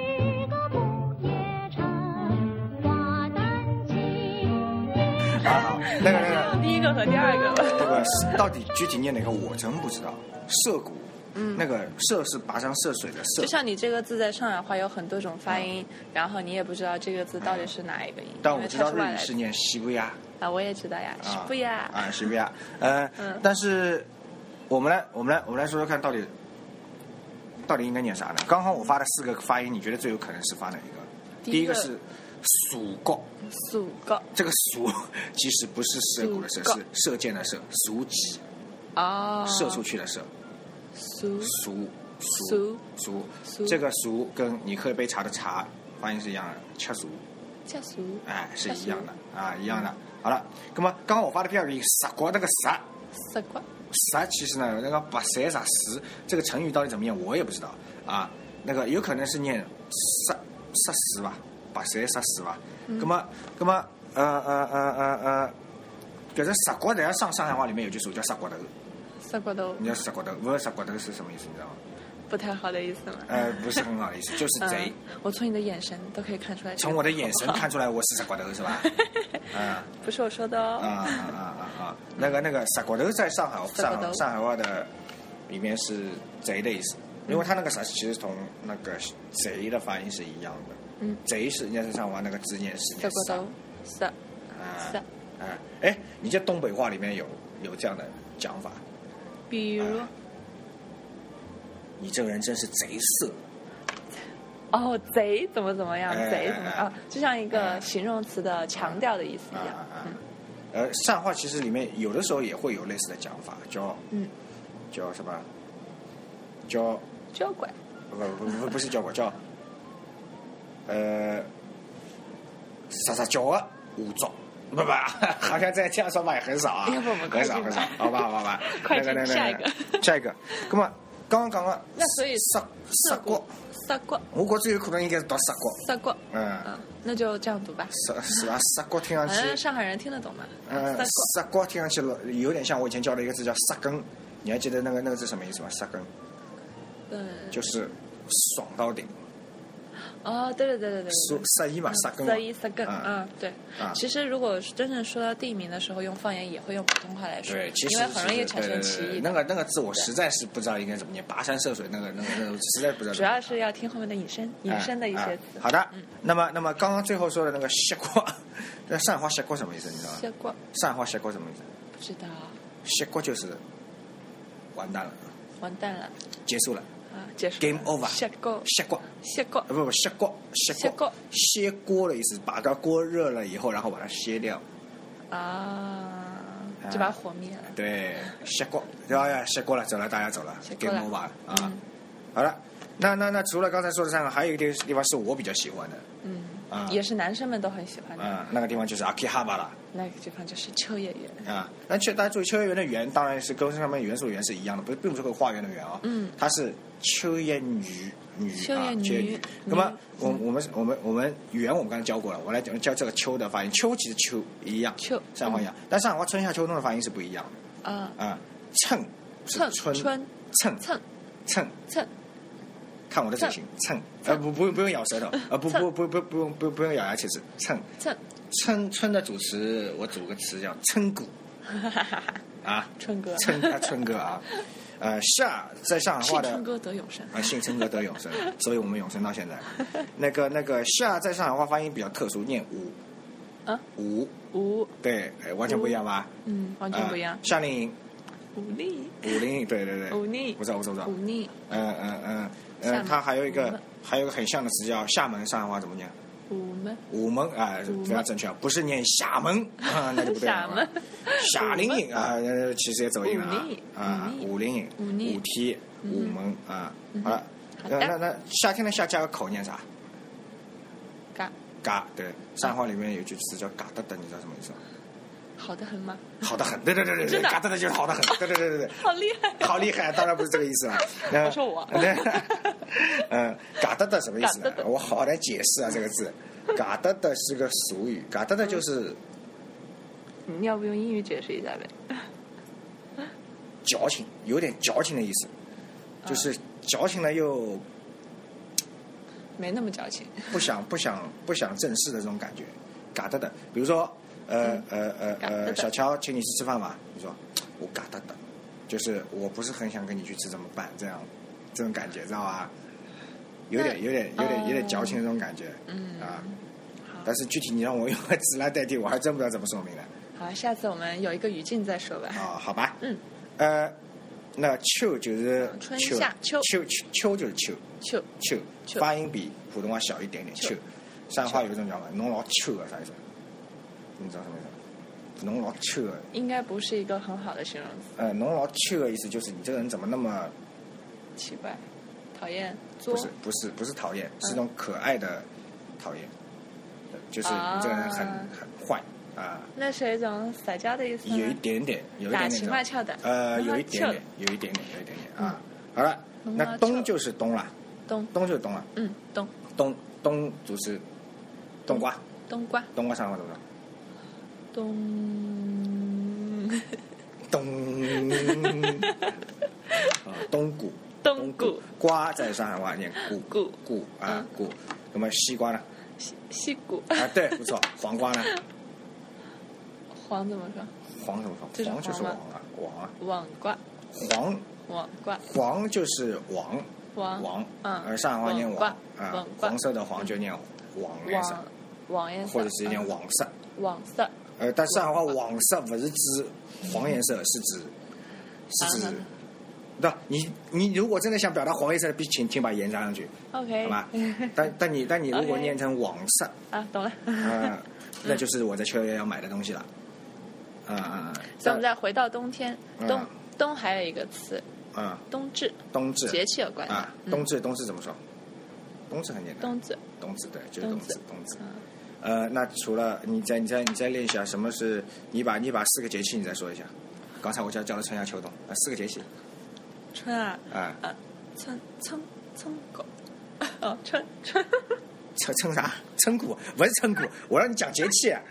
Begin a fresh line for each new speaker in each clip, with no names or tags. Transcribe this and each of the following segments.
那个那个，
第一个和第二个吧。
那个到底具体念哪个我真不知道。涉谷，那个涉是跋山涉水的
嗯就
涉，
像你这个字在上海话有很多种发音，然后你也不知道这个字到底是哪一个音，
但
因
我
为
知
它
道
是
日
外
语
来
是
的
念西布亚
啊，我也知道呀，是
啊，
不呀？
啊，西布 亚。呃
嗯，
但是我们来，我们来，我们来说说看到底到底应该念啥呢？刚好我发的四个发音，你觉得最有可能是发哪一个？
第
第
一
一
个
个是蜀国。
祖国
这个“俗” 其实不是射骨的“射”，
俗
是射箭的“射”，俗籍
哦，
射出去的“射”，
俗
俗
俗
俗
俗
这个“俗”跟你喝一杯茶的“茶”发音是一样的，恰俗，
叫俗
哎，是一样的啊，一样的。好了，那么刚刚我发的第二个音“傻瓜”那个“傻
色瓜”，
傻其实呢，那个“把谁傻死”这个成语到底怎么念，我也不知道啊。那个有可能是念“杀杀死”吧，“把谁杀死”吧。那么，那么，呃呃呃呃呃，搿只“傻瓜”，等下上上海话里面有句俗语叫“傻瓜头”。
色瓜都
你要杀骨头，不是杀骨头是什么意思？你知道吗？
不太好的意思嘛。
呃，不是很好的意思，就是
嗯
贼。
我从你的眼神都可以看出来，
从我的眼神，看出来我是杀骨头是 吧？啊
不是我说的
啊
哦。
啊啊啊啊！那个那个杀骨头在上海
杀
上
哦骨头
海上海话的里面是贼的意思，因为它那个啥其实同那个贼的发音是一样的。
嗯，
贼是人家在上海话那个字念是
色
念
瓜
杀
都色
啊
色，
啊！哎，你在东北话里面有有这样的讲法？
比如
啊你这个人真是贼色。
哦，贼怎么怎么样，
哎
贼怎么
哎哎
啊？就像一个形容词的强调的意思
啊啊
一样。
啊
嗯！
呃，上海话其实里面有的时候也会有类似的讲法，叫
嗯，
叫什么？叫
交管
不不不不是叫我叫呃啥啥叫啊武装。不不，好像在这样说法也很少啊，
哎要不我们快
很少
进
很少
吧，，
好吧好吧好吧
快进
那个那
下一
那
个
个下一个，那么刚刚讲了，
那所以
杀杀国，
色瓜
我国最有可能应该是读杀国，
色瓜，
嗯，
嗯，那就这样读吧。
杀是吧？杀国听上
反正
去
上海人听得懂嘛。
嗯杀
色，
瓜听上去有点像我以前教的一个字叫“杀根”，你还记得那个那个字什么意思吗？“杀根”
瓜，嗯，
就是爽到顶，
哦，对对对对对嗯对
说
对。
杀一嘛，杀根嘛
色。一色更，
啊
嗯，对。
啊
其实如果是真正说到地名的时候，用方言也会用普通话来说，
对，其实
因为很容易产生歧
对对对
义
那。个那个字我实在是不知道应该怎么念，跋山涉水那个那个 那个，实在不知道
主
怎么
要
念。
是要听后面的引申，引申的一
啊
些
啊
词。嗯
好的，那么那么刚刚最后说的那个“斜瓜”，那上海话“斜瓜”什么意思？你知道吗？
西瓜
上海话“斜瓜”什么意思？
不知道，
斜瓜就是完蛋了，
完蛋了
结束了
啊，结束了。
，game over。
西瓜，
斜瓜。
西瓜
啊，不不，歇锅，歇
歇锅
锅，歇锅的意思，把个锅热了以后，然后把它歇掉。
啊，
啊
就把火灭了。
对，歇锅，对吧？哎歇锅了，走了，大家走了
歇锅了
，game over 了啊。
嗯
好了，那那那除了刚才说的三个，还有一个地方是我比较喜欢的
嗯，
啊
也是男生们都很喜欢的。
啊、那个地方就是阿基哈巴了
那个地方就是秋叶原。
啊。那秋，大家注意，秋叶原的园当然是跟上面元素的园是一样的，不是并不是个花园的园啊。
嗯，
它是秋叶女女
秋
啊
叶，女
秋叶
女
女。那么我我们我们我们园我们刚才教过了，我来讲教这个秋的发音，秋其实秋一样，
秋嗯
上海话一样，但上海话春夏秋冬的发音是不一样
啊，
的啊。蹭是
蹭
春
春
蹭
蹭
蹭，
蹭
看我的嘴型蹭，呃不不用不用咬舌 头，呃不不不不不用不用不用咬牙切齿蹭。
蹭，
春春的主持，我组个词叫春谷啊，
春哥，
春啊春哥啊，呃夏在上海
是
话 的
春哥得永生。
啊，姓陈哥得永生，所以我们永生到现在。那个那个夏在上海话发音比较特殊，念五
啊
五，
无，
对，哎完全不一样吧？
嗯，完全不一样
啊。夏令营
忤逆，
五零，对对 对，
忤逆
我知道我知道我知道
忤，逆，
嗯嗯嗯
厦
嗯，
门
它还有一
我
个
们
还有一个很像的词叫厦门，上海话怎么念？
我们
午门啊，
午
非常
门
正确，啊，不是念厦门啊，那就不 对了
厦门
啊。 夏令营啊，呃其实也走音了啊
武力
啊，
武
五零营、
武力
五梯、午门啊，好了，
嗯好
那
的
那那夏天的夏加个口念啥？
嘎，
嘎，对，
嗯
上海话里面有句词叫嘎哒哒，你知道什么 意思吗？
好的很吗？
好的很，对对对对对，
真的
嘎哒哒就是好的很，对对对对 对。
好厉害，
好厉害，当然不是这个意 思了。那
我说我
对 嗯，嘎哒哒什么意思呢
嘎哒？哒
我好难解释啊，这个字。嘎哒哒是个俗语，嘎哒哒就是
你要不用英语解释一下呗？
矫情，有点矫情的意思，
嗯
就是矫情了又
没那么矫情。
不想不想不想正视的这种感觉，嘎哒的。比如说，呃呃呃
嗯嘎哒哒
呃，小乔，请你去吃饭吧。你说我嘎哒哒，就是我不是很想跟你去吃，怎么办？这样这种感觉，知道吧？有点
那
有点有点有点
嗯
矫情的这种感觉，
嗯
啊。
好
但是具体你让我用个词来代替，我还真不知道怎么说明了
好，啊下次我们有一个语境再说吧。
啊，好吧？
嗯，
呃，那秋就是
嗯春
秋
夏秋
秋秋秋就是秋
就
秋，
秋
发音比普通话小一点点。
秋
秋，上海话有一种讲法，侬老秋的啥意思？你知道什么意思吗？侬老秋的，
应该不是一个很好的形容词，
呃，侬老秋的意思就是你这个人怎么那么
奇怪，讨厌，作
不是不是不是讨厌，
嗯
是那种可爱的讨厌，对就是你这个人很
啊
很坏啊，
那是一种撒娇的意思吗？
有一点点，有一
嗯打
点点
情
这
骂
种。
俏的，
呃，
龙猫
有一点
翘
点，有一点点，有一点点啊。
嗯
好了，
龙猫
那冬
翘
就是冬了，
冬，
冬就是冬了，
嗯，冬，
冬冬就是冬瓜，
冬瓜，
冬瓜上话怎么说？
冬，
冬，啊，冬菇，
冬菇
瓜在上海话念菇，
菇
菇啊
嗯
菇。那么西瓜呢？
西西谷，
啊，对，不错。黄瓜 呢？
黄怎么说？
黄什么
这是
黄就是
黄
黄
吗
啊，黄啊，
网瓜，
黄啊
网瓜，
黄就是王
网
王，
嗯
而上海话念王
黄瓜
啊
黄，瓜
黄色的黄就念黄颜色
网，网颜色，
或者是念
嗯
黄色。
网色，
呃，但上海话黄色不是指黄颜色，是指是指
嗯，
那你你如果真的想表达黄颜色，必请请把颜加上去，
OK，
好吧？但但你但你如果
哎嗯 OK
念成黄色，
啊，懂了。
嗯， 那就是我在秋叶要买的东西了。啊啊
所以我们再回到冬天，
嗯
冬冬还有一个词，
啊！
冬至，
冬至
节气有关的
啊，，
嗯
冬至冬至怎么说？冬至很简单，
冬至，啊
冬至对，就是冬
冬
至
至
冬至。
嗯，
呃，那除了你再你再你再练一下什么是？你把你把四个节气你再说一下。刚才我叫叫了春夏秋冬，呃，四个节气
春啊，
啊，
啊，春春春狗， 哦，春春
称称啥？称谷不是称谷，我让你讲节气啊。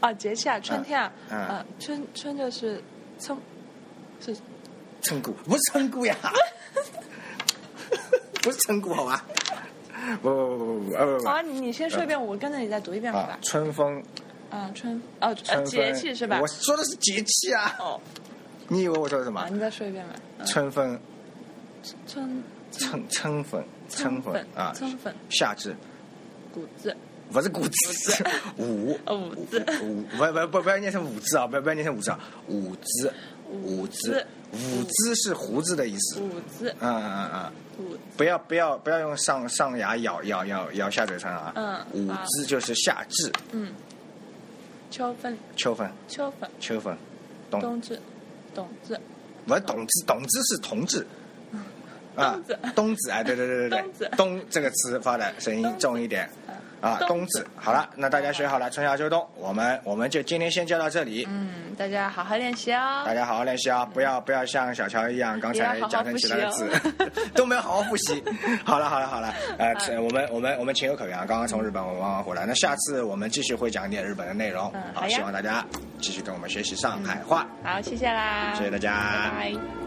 啊，节气啊，春天啊，
嗯
啊，春春就是春，是
称谷不是称谷呀，不是称谷好吧？不不不不不呃不
好啊，
不
你你先说一遍，我跟着你再读一遍
不
好
啊
吧！？
春风，
啊，春哦，呃
春，分
节气是吧
我？说的是节气啊，
哦，
你以为我说的什
啊，
么？
你再说一遍吧。嗯
春风，
春
春春风，春风
粉
啊，
春粉
夏至
谷子
不是谷子，五
呃五字
五不不不不要念成五字啊，不要不要念成五字啊，五字
五
五
字
字五字是胡子的意思，
谷子
嗯嗯嗯嗯。
谷
不要不要不要用上上牙咬咬咬咬下嘴唇啊！
嗯
五
好
字就是夏至、
嗯，秋分
秋分、
秋分
秋分、冬，
冬至冬至
不是冬至，冬至是同 志。啊
冬至，
冬至，哎，对对对对
冬
对
至，
冬这个词发的声音重一点
啊
啊，冬至。好了，那大家学好了春夏秋冬，我们我们就今天先教到这里，
嗯，大家好好练习哦
大。家好好练习啊，不要不要像小乔一样刚才
也要好好
讲成其他的
复习
字
哦
都没有好好复 习。好了好了好了，呃，这我们我们我们情有可原啊，刚刚从日本玩完回来，那下次我们继续会讲一点日本的内容
嗯，好
好，
呀
希望大家继续跟我们学习上海话，
好，谢谢啦，
谢谢大家，
拜拜。